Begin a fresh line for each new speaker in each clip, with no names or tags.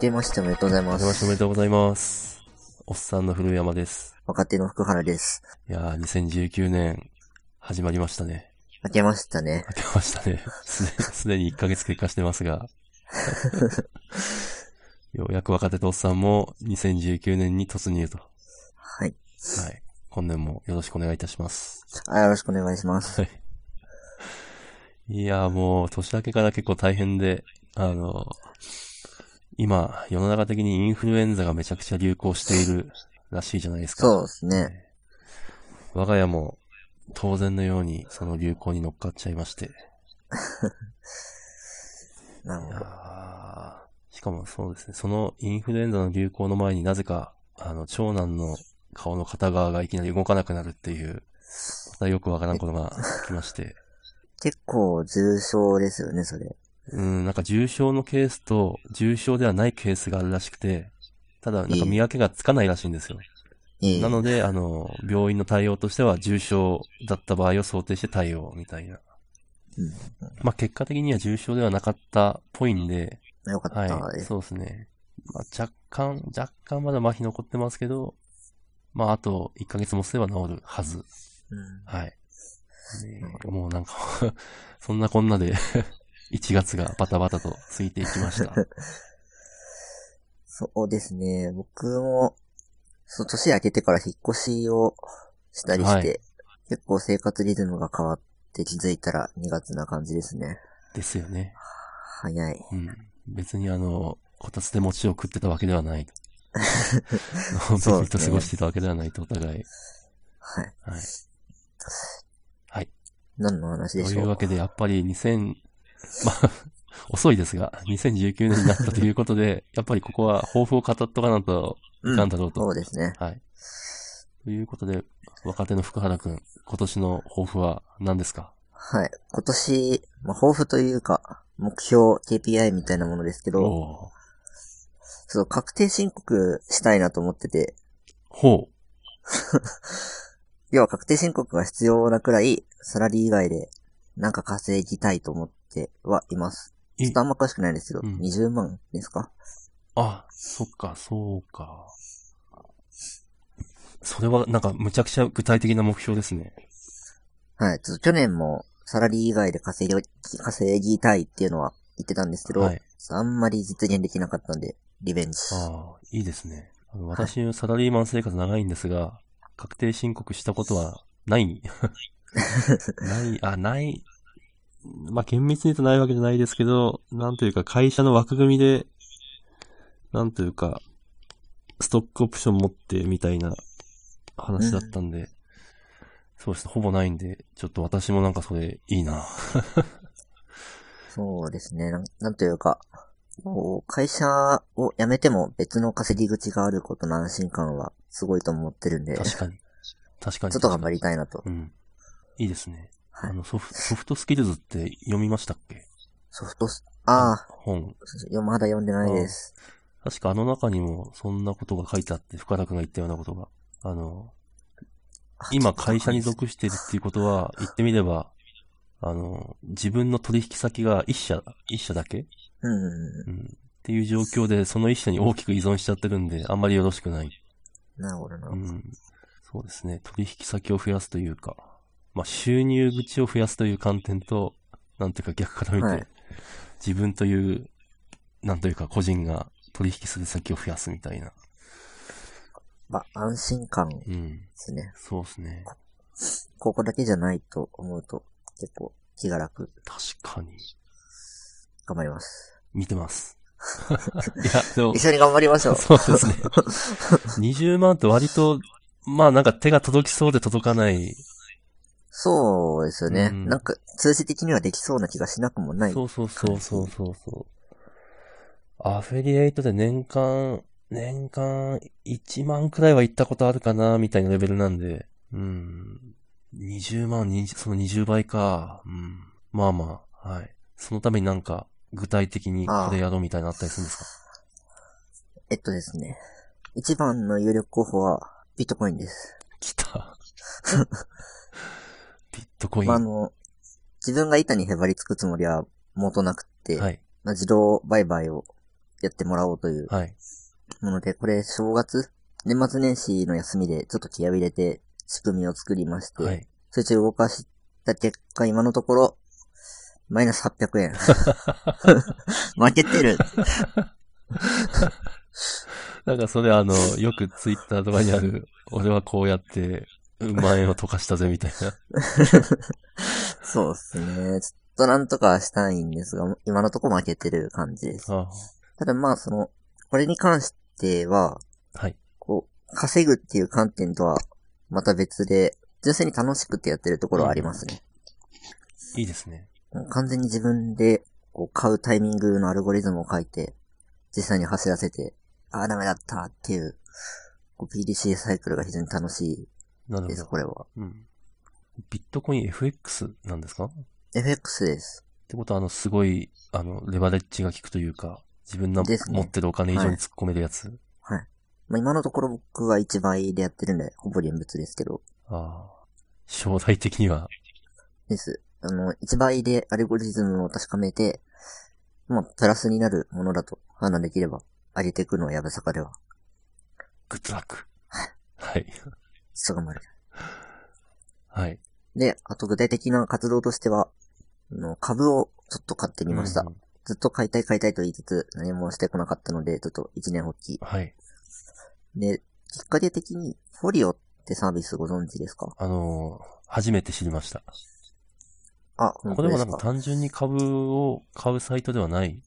出ましておめでとうございま。
明けましておめですとうございます。おっさんの古山です。
若手の福原です。
いやー、2019年、始まりましたね。
明けましたね。
明けましたね。すですでに1ヶ月経過してます が。ようやく若手とおっさんも2019年に突入と。は
はい。
い。今年もよろしくお願いいたします。
あよろしくお願いします。
はい。いやー、もう、年明けから結構大変で、あの、今、世の中的にインフルエンザがめちゃくちゃ流行しているらしいじゃないですか。
そうですね。
我が家も当然のようにその流行に乗っかっちゃいまして。
なる
い
ほ
や
ど。
ーしかもそうですね、そのインフルエンザの流行の前になぜか、あの、長男の顔の片側がいきなり動かなくなるっていう、またよくわからんことが来まして。
結構重症ですよね、それ。
うん、なんか重症のケースと重症ではないケースがあるらしくて、ただなんか見分けがつかないらしいんですよ。
ええ
なので、あの、病院の対応としては重症だった場合を想定して対応みたいな。
うん
まあ、結果的には重症ではなかったっぽいんで、
よかった
はい、
です。
そうですね。まあ、若干、若干まだ麻痺残ってますけど、まあ、あと1ヶ月もすれば治るはず。
うん
はい。で
なるほ
もうなんか、 そんなこんなで、1月がバタバタと過ぎていきました。
そうですね。僕も、そう、年明けてから引っ越しをしたりして、
はい
結構生活リズムが変わって気づいたら2月な感じですね。
ですよね。
早い。
うん。別にあの、こたつで餅を食ってたわけで はない。の
そう
々
です
と
ね
過ごしてたわけではないと、お互い。
はい。
はい。
何の話
と
でし
い
ょ
う
う
わけで、やっぱり2000、まあ、 遅いですが、2019年になったということで、やっぱりここは抱負を語っとかなといかんだろうと。
そうですね。
はい。ということで、若手の福原くん、今年の抱負は何ですか
はい。今年、まあ、抱負というか、目標、KPI みたいなものですけど、
おー
そう、確定申告したいなと思ってて、
ほう。
要は確定申告が必要なくらい、サラリー以外で、なんか稼ぎたいと思ってはいます。
え
ちょっとあんま詳しくないんですけど、
うん
20万ですか
あ、そっか、そうか。それは、なんか、むちゃくちゃ具体的な目標ですね。
はい。ちょっと去年も、サラリー以外で稼ぎ、稼ぎたいっていうのは言ってたんですけど、
はい。
あんまり実現できなかったんで、リベンジ。
ああ、いいですね。あの私、サラリーマン生活長いんですが、確定申告したことは ない。ない、あ、ない。まあ、厳密に言うとないわけじゃないですけど、なんというか会社の枠組みで、なんというか、ストックオプション持ってみたいな話だったんで、そうですね、ほぼないんで、ちょっと私もなんかそれいいな。
そうですね。なんなんというか、こう会社を辞めても別の稼ぎ口があることの安心感はすごいと思ってるんで、ち
確かに。確か
ょ
に。
っと頑張りたいなと。
うん。いいですね。
はい
あの、ソフソフトスキルズって読みましたっけ
ソフトス、ああ、
本。
よまだ読んでないです。
確かあの中にもそんなことが書いてあって、深田くんが言ったようなことが。あの、
あ
今会社に。属してるっていうことは、言ってみれば、あの、自分の取引先が一社、一社だけ
うん。
うん。っていう状況で、その一社に大きく依存しちゃってるんで、あんまりよろしくない。
なるほどな。
うん。そうですね。取引先を増やすというか、まあ、収入口を増やすという観点と、なんていうか逆から見て、
はい
自分という、なんというか個人が取引する先を増やすみたいな。
まあ、安心感で
うん。
すね。
そうですね。
ここだけじゃないと思うと、結構気が楽。
確かに。
頑張ります。
見て ます。いや、でも
一、緒に頑張りまし ょう。
そうですね。20万って割と、まあなんか手が届きそうで届かない。
そうですよね。
うん
なんか、通知的にはできそうな気がしなくもない。
そうそうそうそうそうそう。アフィリエイトで年間、年間1万くらいは行ったことあるかな、みたいなレベルなんで。うん。20万、20その20倍か。うん。まあまあ、はい。そのためになんか、具体的にこれやろうみたいなのあったりするんですか
えっとですね。一番の有力候補は、ビットコインです。
来た。ビットコイン。
まあ、あの、自分が板にへばりつくつもりは元なくて、
はい。
まあ、自動売買をやってもらおうという
はい。
もので、これ正月、年末年始の休みでちょっと気合を入れて仕組みを作りまして、
はい。
それちょい動かした結果、今のところ、マイナス800円。 負けてる。
なんかそれあの、よくツイッターとかにある、俺はこうやって、うん万円を溶かしたぜみたいな。
そうですね。ちょっとなんとかしたいんですが、今のところ負けてる感じです。
あ
ただまあ、その、これに関しては、
はい。
こう、稼ぐっていう観点とはまた別で、純粋に楽しくてやってるところはありますね。
いいですね。
もう完全に自分で、こう、買うタイミングのアルゴリズムを書いて、実際に走らせて、ああ、ダメだったっていう、こう PDC サイクルが非常に楽し
な
い
るほ
です、
ど。
これは。
うん。ビットコイン FX なんですかっ
FX です。
てことは、あの、すごい、あの、レバレッジが効くというか、自分の
ですね
持ってるお金以上
は
に
い
突っ込めるやつ。
まあ、今のところ僕は1倍でやってるんで、ほぼ現物ですけど、
ああ。将来的には、
です。あの、1倍でアルゴリズムを確かめて、まあ、プラスになるものだと判断できれば、上げていくのはやぶさかでは、
グッドラッ ク。はい。
すぐまる。
はい。
で、あと具体的な活動としては、あの株をちょっと買ってみました。
うんうん
ずっと買いたい買いたいと言いつつ、何もしてこなかったので、ちょっと一年発起。
はい。
で、きっかけ的に、フォリオってサービスご存知ですか
あのー初めて知りました。
あ、本
こ
当
れ
で
はな
す
んか
か
単純に株を買うサイトではない。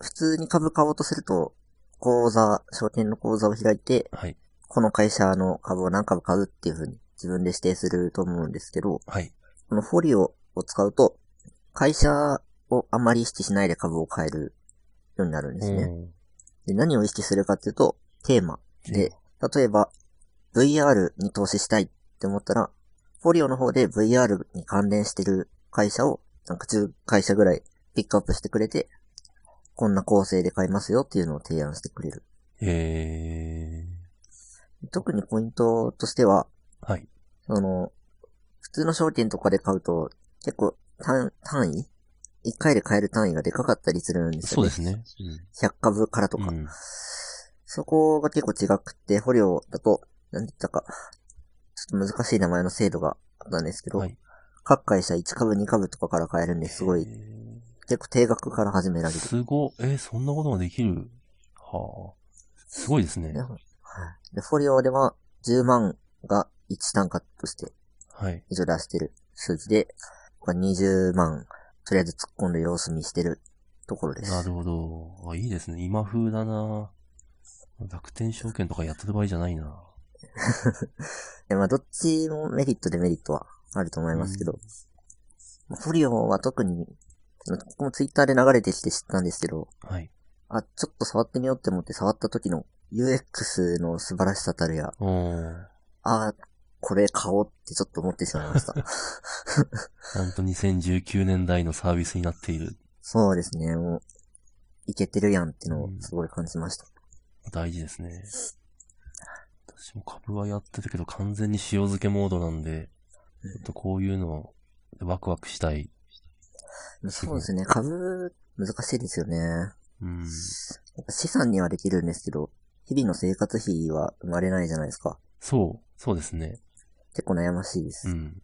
普通に株買おうとすると、口座、証券の口座を開いて、
はい。
この会社の株を何株買うっていう風に自分で指定すると思うんですけど、
はい。
このフォリオを使うと、会社をあまり意識しないで株を買えるようになるんですね。
うん
で何を意識するかっていうと、テーマ。で、例えば、VR に投資したいって思ったら、フォリオの方で VR に関連してる会社を、なんか10会社ぐらいピックアップしてくれて、こんな構成で買いますよっていうのを提案してくれる。
え
特にポイントとしては、
ー、はい。
その、普通の商品とかで買うと、結構単、単位一回で買える単位がでかかったりするんです
そう
よ
で
ね。
すね。
100株からと
うん
か。
うん
そこが結構違くて、捕虜だと、なんて言ったか、ちょっと難しい名前の制度があったんですけど、
はい
各会社1株2株とかから買えるんですごい、結構定額から始められる。
すご、えーそんなことができるはあ。すごいですね
ね。で、フォリオでは10万が1単価として
はい。
以上出してる数字で、これ20万、とりあえず突っ込んで様子見してるところです。
なるほど。あ、いいですね。今風だな楽天証券とかやってる場合じゃないな
でまあ、どっちもメリット、デメリットはあると思いますけど、まあフォリオは特に、あのここもツイッターで流れてきて知ったんですけど、
はい。
あ、ちょっと触ってみようって思って触った時の UX の素晴らしさたるや、
おー。
あーこれ買おうってちょっと思ってしまい ました。
ほんと2019年代のサービスになっている。
そうですね、もう、いけてるやんってのをすごい感じました。
大事ですね。私も株はやってるけど完全に塩漬けモードなんで、ちょっとこういうのワクワクしたい。
そうですね、株、難しいですよね。
うん。
資産にはできるんですけど、日々の生活費は生まれないじゃないですか。
そう、そうですね。
結構悩ましいです。
うん。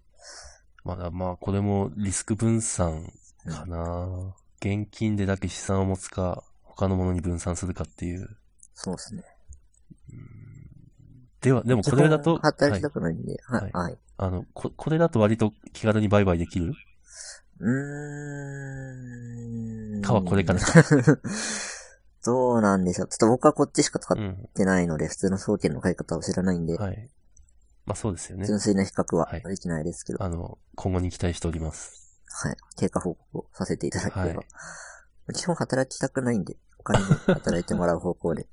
まだまあ、これもリスク分散かな。現金でだけ資産を持つか、他のものに分散するかっていう。
そうですね。
では、でもこれだと、
基本働き
は
た
い
くないんで、はい。
は
はいい。
あのこ、これだと割と気軽に売買できる
うーん。
かはこれから。
どうなんでしょう。ちょっと僕はこっちしか使
う
っ
ん。
てないので、普通の証券の買い方を知らないんで、
はい。まあそうですよね。
純粋な比較は
はい
できないですけど、は
あの、今後に期待しております。
い、経過報告をさせていただければ。
はい
基本働きたくないんで、お金に働いてもらう方向で。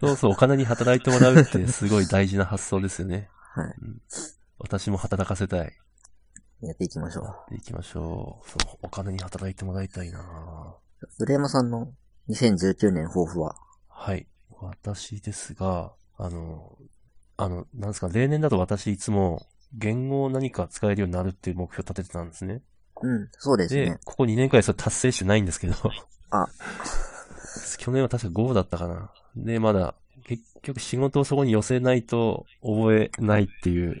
そうそう、お金に働いてもらうってすごい大事な発想ですよね。
はい
うん私も働かせたい。
やっていきましょう。
行きましょう。そう、お金に働いてもらいたいな
浦山さんの2019年抱負は、
はい。私ですが、あの、あの、なんですか、例年だと私いつも言語を何か使えるようになるっていう目標を立ててたんですね。
うん、そうです
で
ね。、
ここ2年くらいそれ達成してないんですけど、去年は確か5だったかな。で、まだ、結局仕事をそこに寄せないと覚えないっていう、ち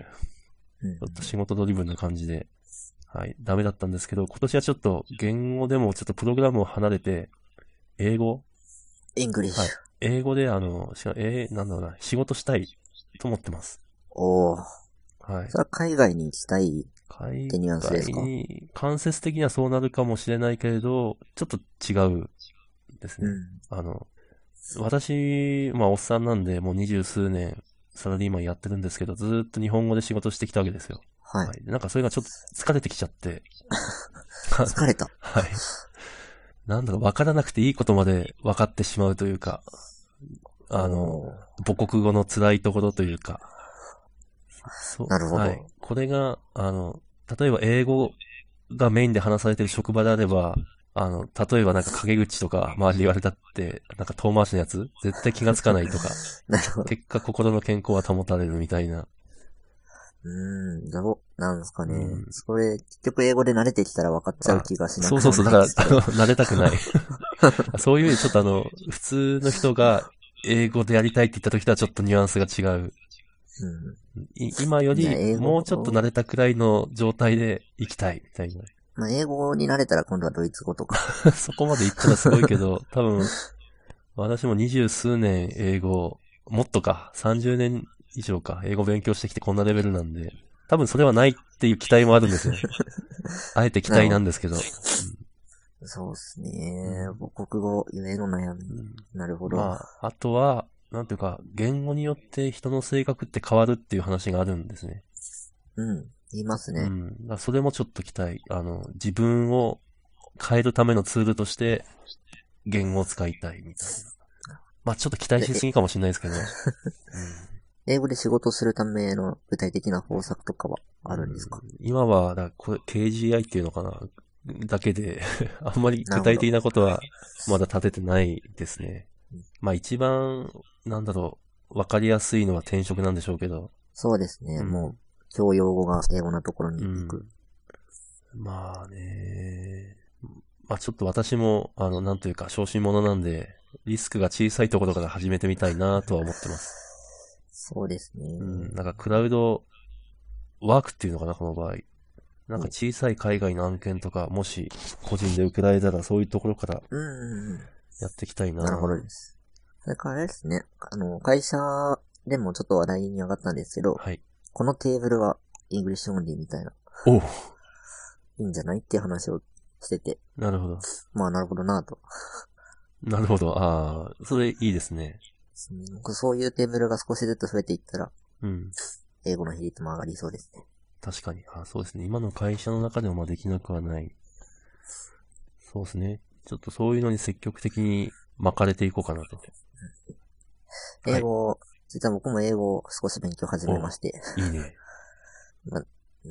うん
ょっと仕事ドリブンな感じで、はい、ダメだったんですけど、今年はちょっと言語でもちょっとプログラムを離れて、英語
イングリッシュ。
はい英語で、あの、しかえーなんだろうな、仕事したいと思ってます。
おー。
はい
そ。れは海外に行きたい。
海
てニュアンスですか
外に、間接的にはそうなるかもしれないけれど、ちょっと違うです
う
ね。
ん。
あの、私、まあ、おっさんなんで、もう二十数年、サラリーマンやってるんですけど、ずーっと日本語で仕事してきたわけですよ。
はい。
はい。なんかそれがちょっと疲れてきち ゃって、
疲れた。
はい。なんだろう、わからなくていいことまで分かってしまうというか、あの、
おー、
母国語の辛いところというか。そ
なるほど
はい。これが、あの、例えば英語がメインで話されてる職場であれば、あの、例えばなんか陰口とか周りで言われたって、なんか遠回しのやつ、絶対気がつかない とか、
なるほど。
結果心の健康は保たれるみたいな。
うーん、どう、なんですかね。
うん
それ、結局英語で慣れてきたら分かっちゃう気がしなく
そ
な
うそうそう、だ
り
か
ま
ら、
す
あの、慣れたくない。そういう、 ちょっとあの、普通の人が英語でやりたいって言った時とはちょっとニュアンスが違う。
うん。
い今よ
いや英
り、
語
もうちょっと慣れたくらいの状態で行きたい、みたいな。
まあ、英語に慣れたら今度はドイツ語とか。
そこまで行ったらすごい けど、多分、私も二十数年英語、もっとか、30年以上か、英語勉強してきてこんなレベルなんで、多分それはないっていう期待もあるんです よ。あえて期待なんですけど。
そうですね。母国語ゆえの悩み。
うん
なるほど。
まあ、あとは、なんていうか、言語によって人の性格って変わるっていう話があるんですね。
うん。言いますね。
うん。だからそれもちょっと期待。あの、自分を変えるためのツールとして、言語を使いたいみたいな。まあちょっと期待しすぎかもしれないですけど。
英語で仕事するための具体的な方策とかは あるんですか、
うん今は、だからこれ KGI っていうのかなだけで、 あんまり具体的なことはまだ立ててないですね
うん。
まあ一番、なんだろう、わかりやすいのは転職なんでしょうけど。
そうですね。
うん
もう、教養語が英語なところに
う
行
ん
く。。
まあね。まあちょっと私も、あの、なんというか、小心者なんで、リスクが小さいところから始めてみたいなとは思ってます。
そうですね。
うん。なんか、クラウドワークっていうのかな、この場合。なんか小さい海外の案件とか、もし個人で受けられたら、そういうところから
うんうんうん。
やっていきたいな。
なるほどです。それからあれですね。あの、会社でもちょっと話題に上がったんですけど、
はい。
このテーブルはイングリッシュオンリーみたいな、
おう
いいんじゃないっていう話をしてて、
なるほど。
まあなるほどなぁと。
なるほど。ああ、それいいですね。
うん僕そういうテーブルが少しずつ増えていったら、
うん。
英語の比率も上がりそうですね。
確かに。あ、そうですね。今の会社の中でもまあできなくはない。そうですね。ちょっとそういうのに積極的に巻かれていこうかなと。はい
英語、実は僕も英語を少し勉強始めまして、
いいね。
なん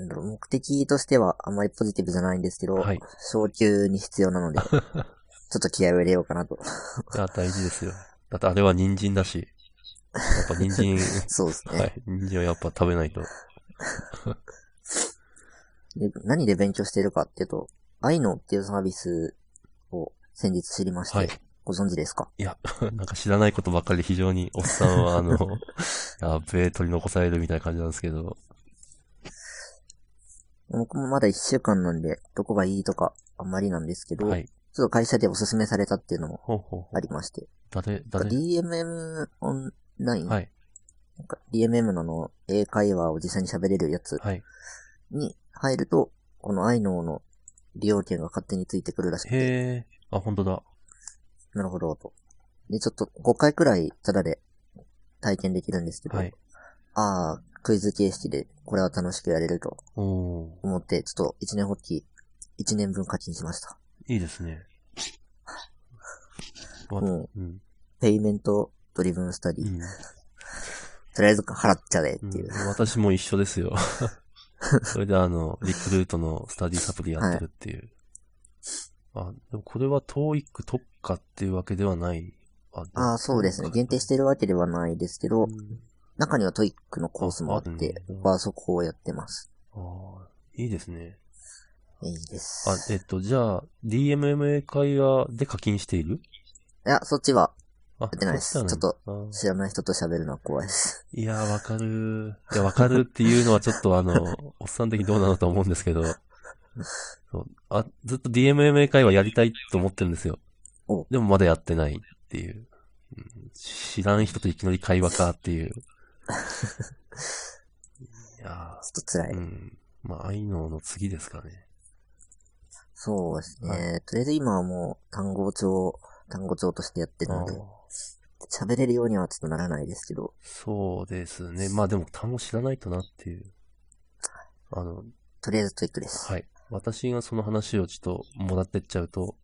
だろう、目的としてはあんまりポジティブじゃないんですけど、
はい
昇級に必要なの で、ちょっと気合を入れようかなと。
いや、大事ですよ。だってあれは人参だし。やっぱ人参、
そうです ね、
はい。人参はやっぱ食べないと。
で。何で勉強してるかっていうと、愛のっていうサービスを先日知りまして、
はい。
ご存知ですか
いや、 なんか知らないことばっかり非常におっさんはあ の、やべえ取り残されるみたいな感じなんですけど。
僕もまだ一週間なんで、どこがいいとかあんまりなんですけど、
はい。
ちょっと会社でおすすめされたっていうのも
ほうほうほう。
ありまして、
誰、誰
DMM オンライン、
はい。
なんか DMM のあの英会話を実際に喋れるやつ
はい。
に入ると、このアイノーの利用券が勝手についてくるらしくて、
へえ。あ、本当だ。
なるほど、と。で、ちょっと5回くらいタダで体験できるんですけど、
はい。
ああ、クイズ形式でこれは楽しくやれると
おー。
思って、ちょっと一年発起、一年分課金しました。
いいですね。わ
もう、
うん。
ペイメントドリブンスタデ
う
ィ、
ん
とりあえず払っちゃえっていう。
うん私も一緒で すよ。それであの、リクルートのスタディサプリやってるっていう。あ、でもこれは TOEIC 特化っていうわけではない。あ
ああ、そうですね。限定してるわけではないですけど、
うん
中にはトイックのコースもあって
ああるんだ、
僕はそこをやってます。
ああ、いいですね。
いいです。
あ、えっと、じゃあ、DMMA 会話で課金している
いや、そっちは
あ、
出てないです
そしたらね。あー
知らない人と喋るのは怖いです。
いやー、わかるー。いや、わかるっていうのはちょっとあの、おっさん的にどうなのと思うんですけど。そうあずっと DMMA 会話やりたいと思ってるんですよ
お。
でもまだやってないっていう。うん知らん人といきなり会話かっていう。いや
ちょっと辛い。
ー、うん。まあ、愛のの次ですかね。
そうですね。
は
とりあえず今はもう単語帳、単語帳としてやってる
あ
の
ー
で、喋れるようにはちょっとならないですけど、
そうですね。まあでも単語知らないとなっていう。あの、
とりあえずトイックです。
はい。私がその話をちょっともらってっちゃうと、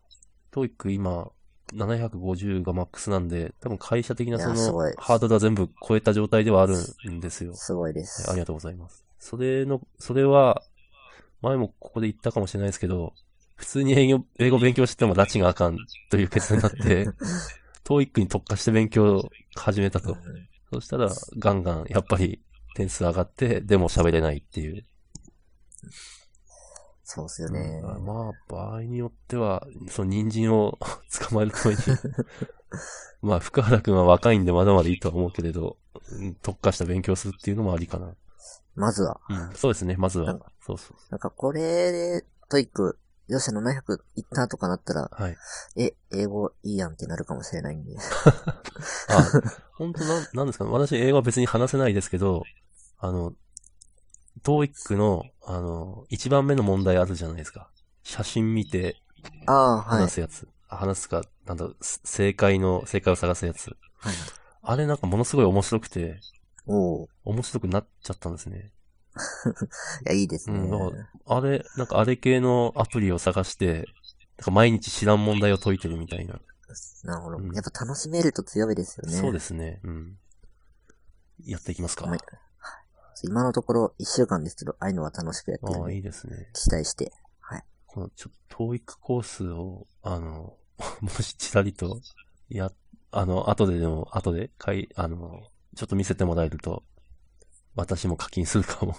トイック今、750がマックスなんで、多分会社的ない
や
そ
すご
の
い
ハードルは全部超えた状態ではあるんですよ。
すごいで
はいあ
す。
りがとうございます。それの、それは、前もここで言ったかもしれないですけど、普通に英語英語勉強しても拉致があかんという結論にな って、トイックに特化して勉強を始めたと。そしたら、ガンガン、やっぱり、点数上がって、でも喋れないっていう。
そうですよね。
うんまあ、場合によっては、その人参を 捕まえるた めに、まあ、福原くんは若いんでまだまだいいとは思うけれど、うん特化した勉強するっていうのもありかな。
まずは、
うん、そうですね、まず
な
は
ん。
そうそう。
なんかこれでトイック、よっしゃ700いったとかなったら、
はい。
え、英語いいやんってなるかもしれないんで。
あ、本当なん、 なんですかね。私、英語は別に話せないですけど、あの、トーイックの、あの、一番目の問題あるじゃないですか。写真見て
ああ、はい。
話すやつ。話すか、なんだろう、す正解の、正解を探すやつ。
はい。
あれなんかものすごい面白くて、
おお。い
面白くなっちゃったんですね。
や、いいですね。
うんまあれ、なんかあれ系のアプリを探して、なんか毎日知らん問題を解いてるみたいな。
なるほど
うん。
やっぱ楽しめると強いですよね。。
そうですすね。うん。やっていきますか。
はい今のところ1週間ですけど、ああいうのは楽しくやってる
あ
ん
あ、い
で、
いですね。
期待して。
この、ちょっと、教育コースを、あの、 もしちらりと、や、あの、後ででも、後で、かい、あの、ちょっと見せてもらえると、私も課金するかも。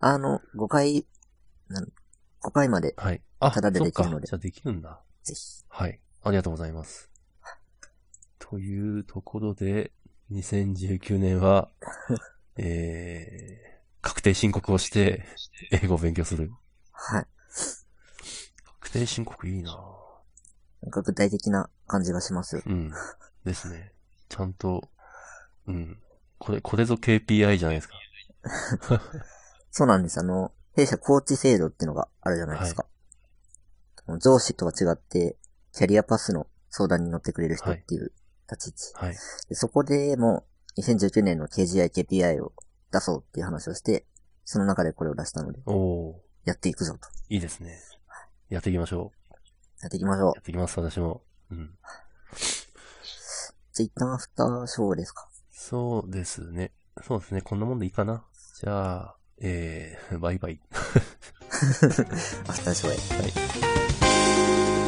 あの、5回、なん5回まで、
はい。あ、
ただで
そっ
でき
か。
るので
じゃあできるんだ。
ぜひ。
はい。ありがとうございます。というところで、2019年 は、えー、確定申告をして、英語を勉強する。
はい。
確定申告いいな
なんか具体的な感じがします。
うん。ですね。ちゃんと、うん。これ、これぞ KPI じゃないですか。
そうなんです。あの、弊社コーチ制度っていうのがあるじゃないですか。上司とは違って、キャリアパスの相談に乗ってくれる人っていう立ち位置。
はい。
でそこでもう2019年の KGI、KPI を出そうっていう話をして、その中でこれを出したので、
おお
やっていくぞと。
ーいいですね。やっていきましょ
やっていきましょう
う。や。っていきます、私も。うん。
じゃあ一旦アフターショーですか。
そうですね。そうですね。こんなもんでいいかな。じゃあ、えー、バイバイ。
アフターショーへ。
はい。